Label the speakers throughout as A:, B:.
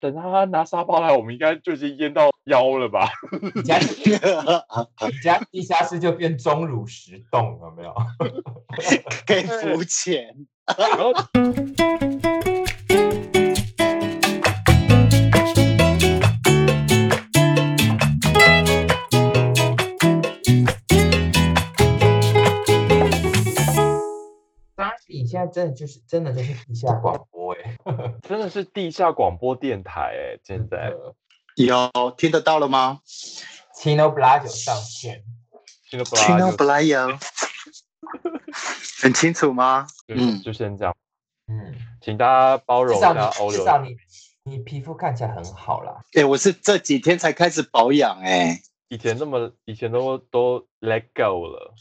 A: 等他拿沙包来，我们应该就已经淹到腰了 吧？
B: 你家你家地下室就变钟乳石洞，有没有？
C: 可以浮潜。
A: 然后
B: 沙比现在真的就是真的就是地下广播哎、
A: 真的是地下广播电台哎、现在
B: 嗯
C: 有听得到了吗
B: Chino b l a d o 上线，
A: 听得不
C: 听到
A: 啦？
C: 不来呀？ 很清楚吗？
A: 就
C: 嗯
A: 就先这样，
B: 嗯，
A: 请大家包容
B: 至
A: 一
B: 少
A: 下
B: 你
A: 欧
B: 至
A: 流。
B: 少你你皮肤看起来很好啦，
C: 哎、我是这几天才开始保养哎、
A: 以前那么以前都都 let go 了，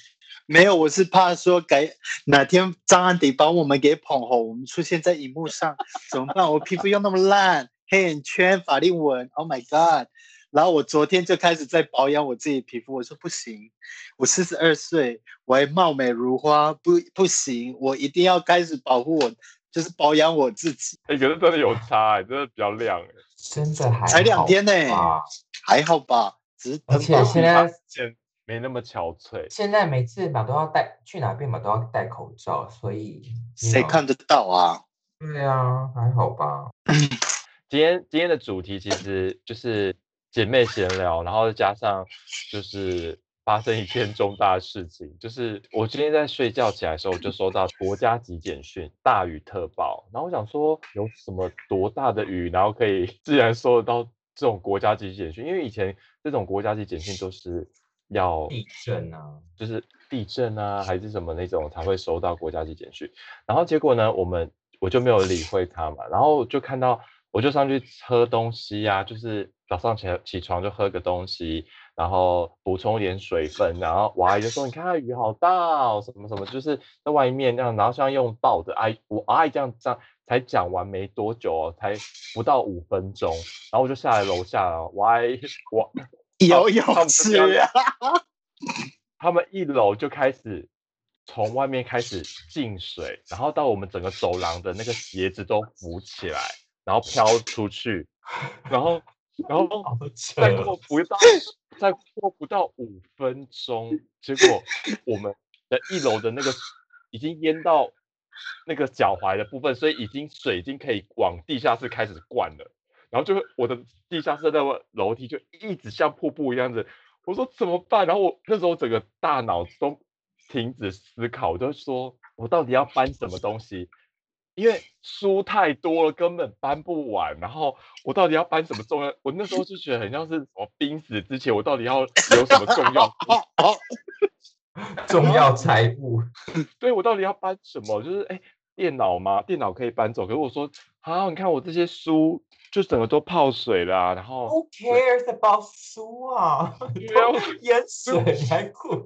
C: 没有，我是怕说改哪天张安迪把我们给捧红，我们出现在荧幕上怎么办？我皮肤又那么烂，黑眼圈、法令纹，Oh my god！然后我昨天就开始在保养我自己皮肤，我说不行，我四十二岁，我还貌美如花，不不行，我一定要开始保护我，就是保养我自己。
A: 哎、可是真的有差哎、真的比较亮哎、
B: 真的还好
C: 才两天呢、
B: 吧
C: 还好吧，只是
B: 而
C: 很
B: 且
C: 保
B: 现在
A: 前没那么憔悴。
B: 现在每次嘛都要戴，去哪边嘛都要戴口罩，所以
C: 谁？看得到啊？
B: 你有对啊，还好吧。
A: 今天今天的主题其实就是姐妹闲聊，然后加上就是发生一件重大的事情，就是我今天在睡觉起来的时候，我就收到国家级简讯大雨特报，然后我想说有什么多大的雨，然后可以自然收得到这种国家级简讯，因为以前这种国家级简讯都是要
B: 地震啊，
A: 就是地震啊还是什么那种才会收到国家级简讯。然后结果呢，我们我就没有理会他嘛，然后就看到我就上去喝东西啊，就是早上起来起床就喝个东西，然后补充一点水分，然后我阿姨就说：“你看它雨好大哦，什么什么，就是在外面那样，然后像用抱的。”阿姨，我阿姨这样这样才讲完没多久哦，才不到五分钟，然后我就下来楼下了，我阿姨我
B: 哦
C: 游泳
A: 他们是
C: 池
A: 这样
C: 啊，
A: 他们一楼就开始从外面开始进水，然后到我们整个走廊的那个鞋子都浮起来，然后飘出去，然后然后
B: 好扯哦
A: 再过不到再过不到五分钟，结果我们的一楼的那个已经淹到那个脚踝的部分，所以已经水已经可以往地下室开始灌了。然后就会我的地下室那个楼梯就一直像瀑布一样子，我说怎么办？然后我那时候整个大脑都停止思考，我就说我到底要搬什么东西？因为书太多了，根本搬不完。然后我到底要搬什么重要？我那时候就觉得很像是什么濒死之前，我到底要有什么重要的
C: 哦哦，
B: 重要财 物，
A: 对我到底要搬什么？就是哎，电脑吗？电脑可以搬走，可是我说啊，你看我这些书就整个都泡水啦、然后
B: Who cares about 书啊？
A: 对啊我
B: 淹水你还哭？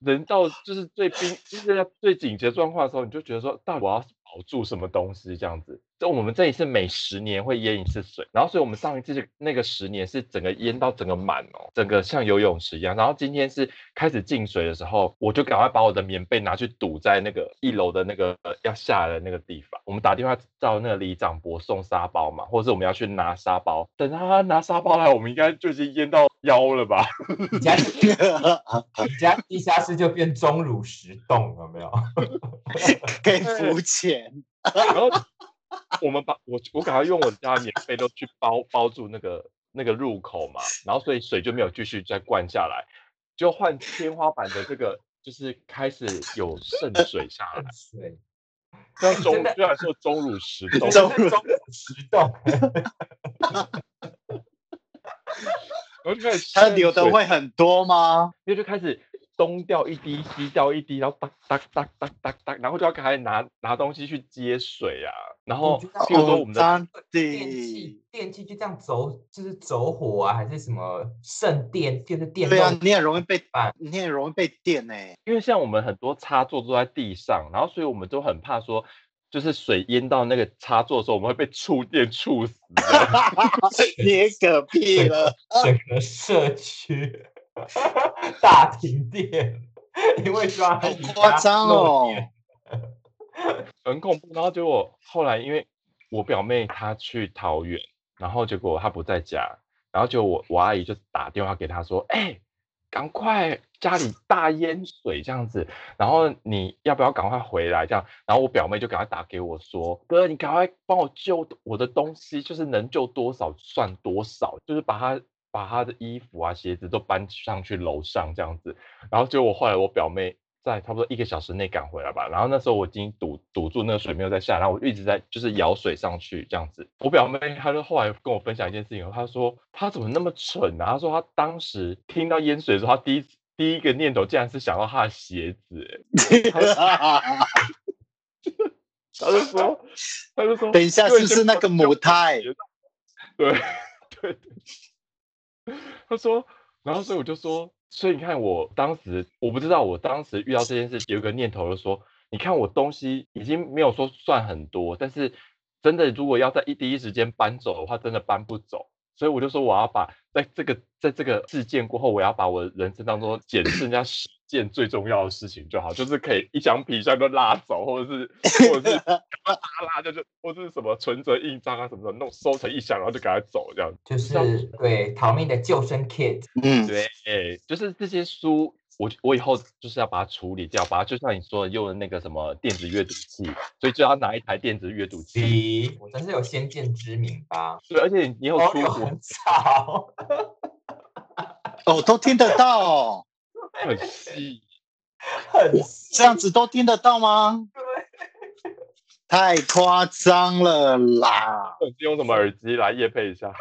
A: 人到就是最濒，就是在最紧急的状况的时候，你就觉得说，到底我要保住什么东西这样子？就我们这里是每十年会淹一次水，然后所以我们上一次那个十年是整个淹到整个满哦，整个像游泳池一样。然后今天是开始进水的时候，我就赶快把我的棉被拿去堵在那个一楼的那个呃要下来的那个地方。我们打电话叫那个里长伯送沙包嘛，或者是我们要去拿沙包，等他拿沙包来，我们应该就已经淹到腰了吧？
B: 你家 你家地下室就变钟乳石洞，有没有？
C: 可以浮潜。
A: 然后我们把我我赶快用我家的棉被都去包包住那个那个入口嘛，然后所以水就没有继续再灌下来，就换天花板的这个就是开始有渗水下来，
B: 水，
A: 像钟
B: 真的
A: 虽然说钟乳石洞，
C: 钟
B: 真的钟乳石 洞，
A: 然后就开始
C: 它
A: 渗
C: 流的
A: 水，
C: 会很多吗？
A: 因为就开始东掉一滴，西掉一滴，然后哒哒哒哒哒哒，然后就要开始拿拿东西去接水啊，然后
B: 觉得
A: 譬如说我们的
C: 当
B: 电
C: 地
B: 器电器就这样走，就是走火啊，还是什么渗电，就是电
C: 对啊
B: 动，
C: 你也容易被
B: 板
C: 你也容易被电 呢、
A: 因为像我们很多插座都在地上，然后所以我们都很怕说，就是水淹到那个插座的时候，我们会被触电 触死这样。
C: 你嗝屁了！
B: 整个社区 大停电，因为抓
C: 好夸张 哦！
A: 很恐怖。然后结果后来，因为我表妹她去桃园，然后结果他不在家，然后就我我阿姨就打电话给他说，哎、赶快家里大淹水这样子，然后你要不要赶快回来这样？然后我表妹就赶快打给我说，哥，你赶快帮我救我的东西，就是能救多少算多少，就是把他把他的衣服啊、鞋子都搬上去楼上这样子。然后结果后来我表妹在差不多一个小时内赶回来吧，然后那时候我已经堵堵住那个水没有再下，然后我一直在就是舀水上去这样子。我表妹她就后来跟我分享一件事情，她说她怎么那么蠢啊？她说她当时听到淹水的时候，她第一第一个念头竟然是想到她的鞋子、欸她就说她就说
C: 等一下
A: 对
C: 是不是那个母胎？
A: 对 对对，他说，然后所以我就说，所以你看我当时我不知道，我当时遇到这件事有一个念头，就说，你看我东西已经没有说算很多，但是真的如果要在一第一时间搬走的话，真的搬不走。所以我就说，我要把在这个在这个事件过后，我要把我人生当中捡剩下十件最重要的事情就好，就是可以一张皮箱都拉走，或者是或者是拉拉啊就是或者是什么存折、印章啊什么的，弄收成一箱，然后就赶快走这样。
B: 就是对逃命的救生 kit，
C: 嗯，
A: 对，就是这些书，我我以后就是要把它处理掉，把它就像你说的用的那个什么电子阅读器，所以就要拿一台电子阅读器。
B: 咦，我真是有先见之明吧？
A: 对，而且你你有
B: 哦，
A: 出
B: 有
A: 国
B: 很吵，
C: 哦，都听得到哦，
A: 很 细，
B: 很
C: 这样子都听得到吗？太夸张了啦！
A: 你是用什么耳机来夜配一下？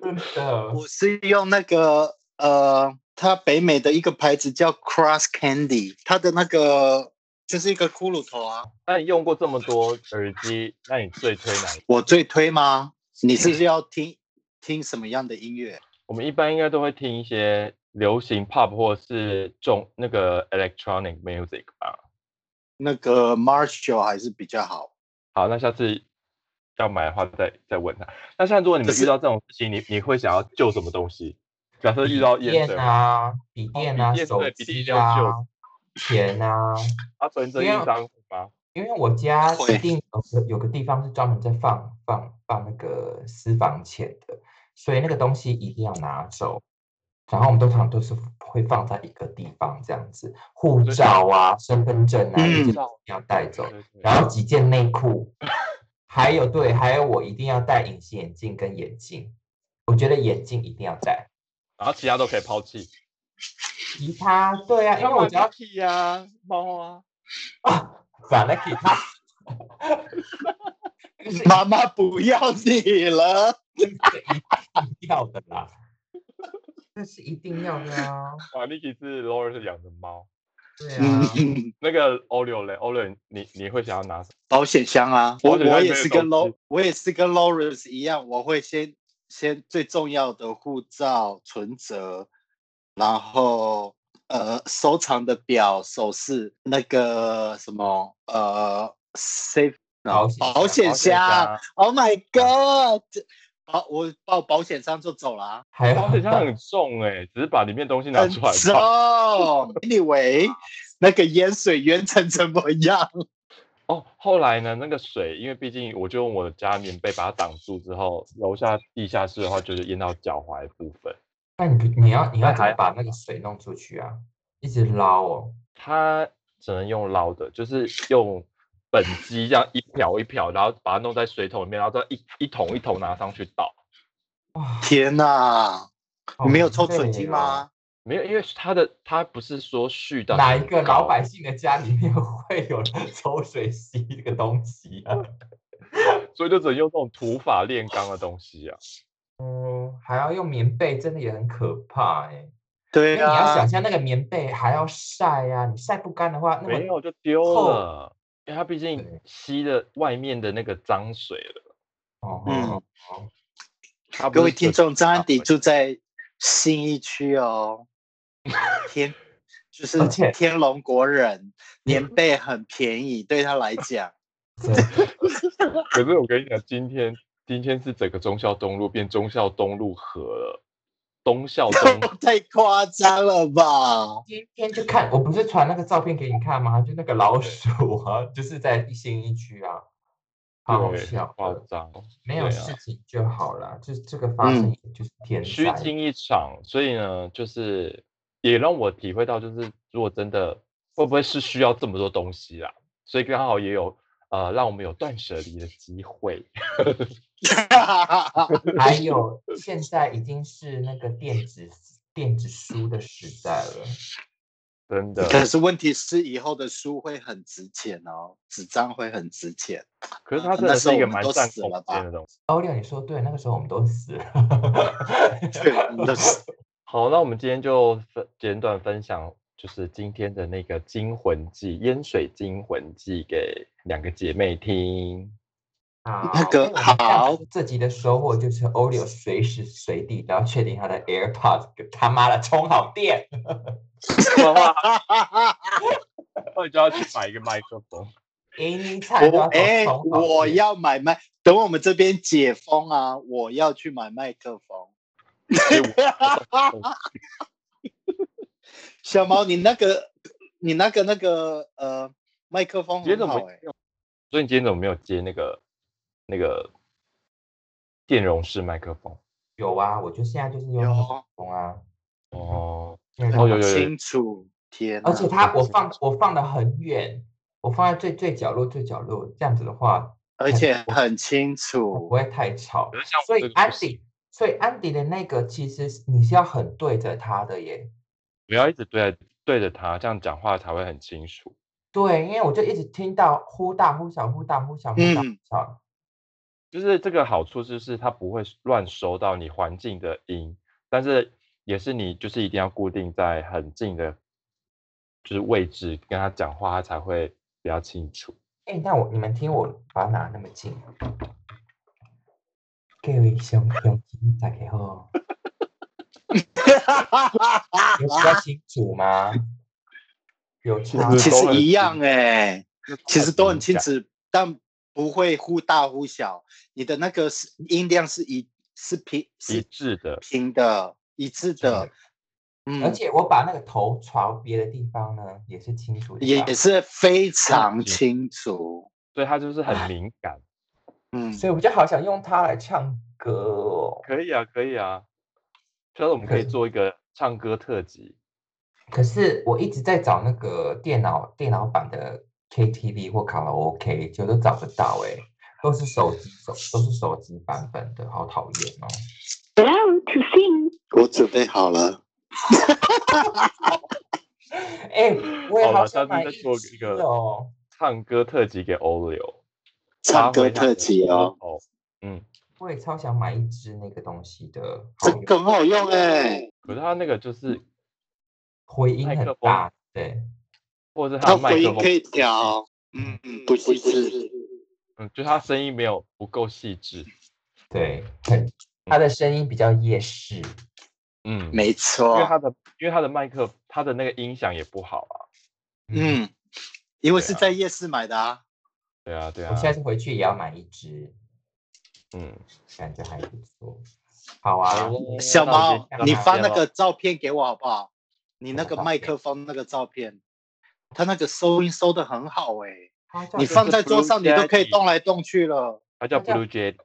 B: 真的。
C: 我是用那个呃，它北美的一个牌子叫 Cross Candy，它的那个就是一个骷髅头啊。
A: 那你用过这么多耳机，那你最推哪一个？
C: 我最推吗？你是不是要听听什么样的音乐？
A: 我们一般应该都会听一些流行 pop 或是重那个 electronic music 吧。
C: 那个 Marshall 还是比较好。
A: 好，那下次要买的话再再问他。那现在如果你们
C: 可是
A: 遇到这种事情，你你会想要救什么东西？假设遇到
B: 笔
A: 淹水
B: 电
A: 啊，
B: 啊，笔电啊，
A: 笔电
B: 手
A: 对笔电一
B: 机
A: 定要救
B: 啊，钱啊，
A: 存折
B: 不
A: 印
B: 要
A: 章吗？
B: 因为我家
C: 会
B: 一定有个有个地方是专门在放放放那个私房钱的，所以那个东西一定要拿走。然后我们通常都是会放在一个地方这样子，护
A: 对
B: 照啊、身份证啊，一
C: 嗯
B: 定要带走。
A: 对对
B: 然后几件内裤，还有对，还有我一定要戴隐形眼镜跟眼镜，我觉得眼镜一定要戴。
A: 然后其他都可以抛弃，
B: 吉他，对啊，因为我只要
A: 屁呀、猫啊，
B: 啊，把那吉他，就是
C: 妈妈不要你了，
B: 一定要的 啦，那是一定要的啊，
A: 哇，Niki 是 Laura 是养的猫，
B: 对啊，
C: 嗯，
A: 那个 Olio 嘞，Olio 你你会想要拿什么？
C: 保险箱啊，我
A: 保险箱
C: 我
A: 里
C: 也
A: 面
C: 是
A: 有
C: 跟
A: 东
C: Lo，我也是跟 Lawrence 一样，我会先先最重要的护照、存折，然后呃收藏的表、首饰，那个什么呃 safe
B: 保险箱
A: 保
C: 保险
A: 险
C: 箱，Oh my God！好，我抱保险箱就走了啊。
B: 还有
A: 保险箱很重哎、只是把里面东西拿
C: 很
A: 出来
C: 重
A: 放。。
C: Anyway，那个淹水淹成怎么样？
A: 哦，后来呢，那个水，因为毕竟我就用我家棉被把它挡住之后，楼下地下室的话就是淹到脚踝部分。
B: 那你不你要你要
A: 那
B: 怎么
A: 还
B: 把那个水弄出去啊？一直捞哦，
A: 它只能用捞的，就是用本机这样一瓢一瓢，然后把它弄在水桶里面，然后再一一桶一桶拿上去倒。
B: 哇，
C: 天哪！
B: 好
C: 你没有抽
B: 累
C: 水晶
B: 哦？
C: 吗？
A: 没有，因为它的它不是说蓄到
B: 哪
A: 很
B: 一个老
A: 高
B: 百姓的家里面会有抽水机这个东西啊？
A: 所以就只能用这种土法炼钢的东西啊。
B: 嗯，还要用棉被，真的也很可怕哎、因
C: 对
B: 为你要
C: 啊
B: 想，象那个棉被还要晒呀、你晒不干的话，那
A: 没
B: 么
A: 有就丢
B: 厚
A: 了，因为它毕竟
B: 对
A: 吸了外面的那个脏水了。
B: 哦，
C: 嗯
A: 它不
C: 各位
A: 是
C: 听
A: 水
C: 众，张安迪
A: 倒
C: 住在信义区哦，天就是
B: 而且
C: 天龙国人，棉被很便宜，对他来讲。
B: 真
A: 可是我跟你讲，今天今天是整个忠孝东路变忠孝东路河了，东孝东
C: 太夸张了吧！
B: 今天就看，我不是传那个照片给你看吗？就那个老鼠啊，就是在新一区啊，好好
A: 对
B: 笑
A: 夸
B: 的
A: 张哦，
B: 没有
A: 对
B: 事
A: 啊
B: 情就好啦，就这个发生
C: 嗯
B: 也就是天
A: 虚
B: 灾。
A: 惊一场，所以呢，就是也让我体会到，就是如果真的会不会是需要这么多东西啦，所以刚好也有呃，让我们有断舍离的机会。
B: 还有现在已经是那个电子电子书的时代了，
A: 真的，
C: 可是问题是，以后的书会很值钱哦，纸张会很值钱。
A: 可是它真
C: 啊那
A: 的
C: 时
A: 是
C: 候
A: 一个
C: 我们
A: 蛮
C: 都
A: 占
C: 死
A: 空
C: 了吧
A: 间的东西。
B: 欧六，你说对，那个时候我们都死 了。
C: 对，那 是
A: 好，那我们今天就分简短分享，就是今天的那个《惊魂记》烟水惊魂记给两个姐妹 听。
B: 好，
C: 那
B: 所
C: 个
B: 以我们这样
C: 好
B: 子这集的收获就是欧六随时随地都要确定他的 AirPods 给他妈的充好 电。
A: 妈妈， 我就要去买一个麦克风。
B: anytime E 都
C: 我
B: 要给我
C: 哎、
B: 充好
C: 我
B: 电
C: 要买麦，等我们这边解封啊，我要去买麦克 风。
A: 所以我
C: 小毛，你那个，你那个那个呃，麦克风
A: 你今天怎
C: 很
A: 么
C: 好
A: 没
C: 哎、
A: 有？所以你今天怎么没有接那个那个电容式麦克风？
B: 有啊，我就现在就是用
C: 有
B: 麦克风啊，
A: 哦，
B: 现在
A: 哦
B: 就
A: 有
C: 很
A: 有有
C: 清楚。天哪，
B: 而且它我放我放的很远，我放在最最角落最角落，这样子的话
C: 而且很清
B: 不
C: 楚。
B: 会太吵
A: 可是像。嗯我
B: 所
A: 这
B: 以
A: 个
B: 安
A: 不行
B: 迪，所以安迪的那个其实是你是要很对着他的耶。
A: 不要一直对对着它，这样讲话才会很清楚。
B: 对，因为我就一直听到忽大忽小，忽大忽小，忽大忽
C: 嗯
B: 小。
A: 就是这个好处就是它不会乱收到你环境的音，但是也是你就是一定要固定在很近的，就是位置跟他讲话，他才会比较清楚。
B: 哎、那我你们听我把它拿那么近，各位兄兄弟大家好，有比
C: 啊
B: 较清楚吗？有差吗
A: 其
C: 其
A: 实都
C: 实
A: 很
C: 一样
A: 清
C: 哎、其实都很清
A: 敏感
C: 楚，但不会忽大忽小。你的那个是音量是一是平
A: 一
C: 是
A: 致的，
C: 平的，一致的。嗯，
B: 而且我把那个头朝别的地方呢，也是清楚的吧，
A: 啊
C: 也是非常清楚。
A: 所以它就是很敏感。
C: 嗯，
B: 所以我就好想用它来唱歌哦。
A: 可以啊，可以啊，下次我们可以
C: 嗯
B: 可以
A: 做一个唱歌特辑。
B: 可是我一直在找那个电脑电脑版的 KTV 或卡拉 OK，就都找不到哎、都是手机手都是手机版本的，好讨厌哦。
D: Hello to sing.
C: 我准备好了。
B: 哎、我也
A: 好了
B: 想
A: 下次
B: 买
A: 再
B: 一
A: 做
B: 支
A: 一个
B: 哦。
A: 唱歌特辑给 Oreo，
C: 唱歌特辑哦，。
A: 嗯，
B: 我也超想买一支那个东西的，
C: 这
B: 好有
C: 个很好用哎、
A: 可是他那个就是，
B: 回音
A: 麦克
B: 很
A: 风
B: 大，对，
A: 或者是他
C: 它
A: 的麦
C: 回
A: 克
C: 音
A: 风
C: 可，以调，嗯嗯，不细致。
A: 嗯，就他声音没有不够细致。
B: 对，很，他的声音比较夜市，
A: 嗯，
C: 没
A: 因为
C: 错，
A: 他的因为他的麦克他的那个音响也不好啊。
C: 嗯，因为是
A: 对啊
C: 在夜市买的啊。
A: 对啊，对啊
B: 我，下次回去也要买一支，
A: 嗯，
B: 感觉还不错。好啊，
C: 小毛
B: 那我，
C: 你
B: 先
C: 发
A: 翻
C: 那个照片给我好不好？你那个麦克风那个照片，它那个收音收的很好哎、
B: 它叫
C: 你
B: 做
C: 放在桌上，你都可以
A: Blue Yeti
C: 动来动去了。
A: 他叫
B: 它叫
A: Blue Jet，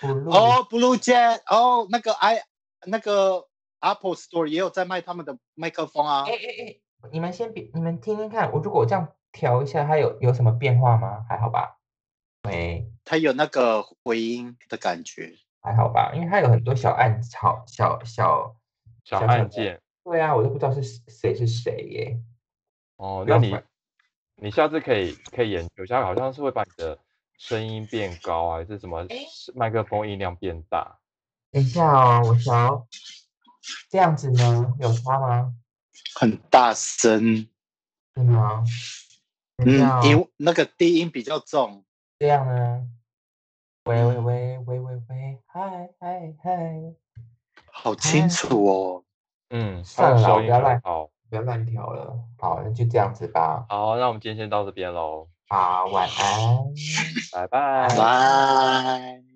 B: Blue
C: 哦，Blue Jet，哦，那个 i 那个 Apple Store 也有在卖他们的麦克风啊
B: 哎。哎哎，你们先别，你们听听看，我如果我这样调一下，它有有什么变化吗？还好吧？喂，
C: 它有那个回音的感觉。
B: 还好吧？因为它有很多小按小小小，
A: 小
B: 小
A: 按
B: 的
A: 键。
B: 对啊，我都不知道是谁是谁耶。
A: 哦，
B: 不
A: 那
B: 要
A: 你
B: 烦
A: 你下次可以可以研究一下，好像是会把你的声音变高啊，还是什么
B: 诶
A: 麦克风音量变大？
B: 等一下哦，我调这样子呢，有差吗？
C: 很大声，
B: 是吗？等一
C: 嗯
B: 下，
C: 因
B: 哦
C: 为那个低音比较重，
B: 这样呢？喂喂喂喂喂喂，嗨嗨嗨！
C: 好清楚哦。
A: 嗯，它
B: 算
A: 的
B: 了啦
A: 收
B: 我
A: 音
B: 不要
A: 很
B: 乱
A: 好。
B: 不要乱调了，好，那就这样子吧。
A: 好，那我们今天先到这边喽，
B: 好，晚安。
C: 哎
A: 拜拜。
C: 拜。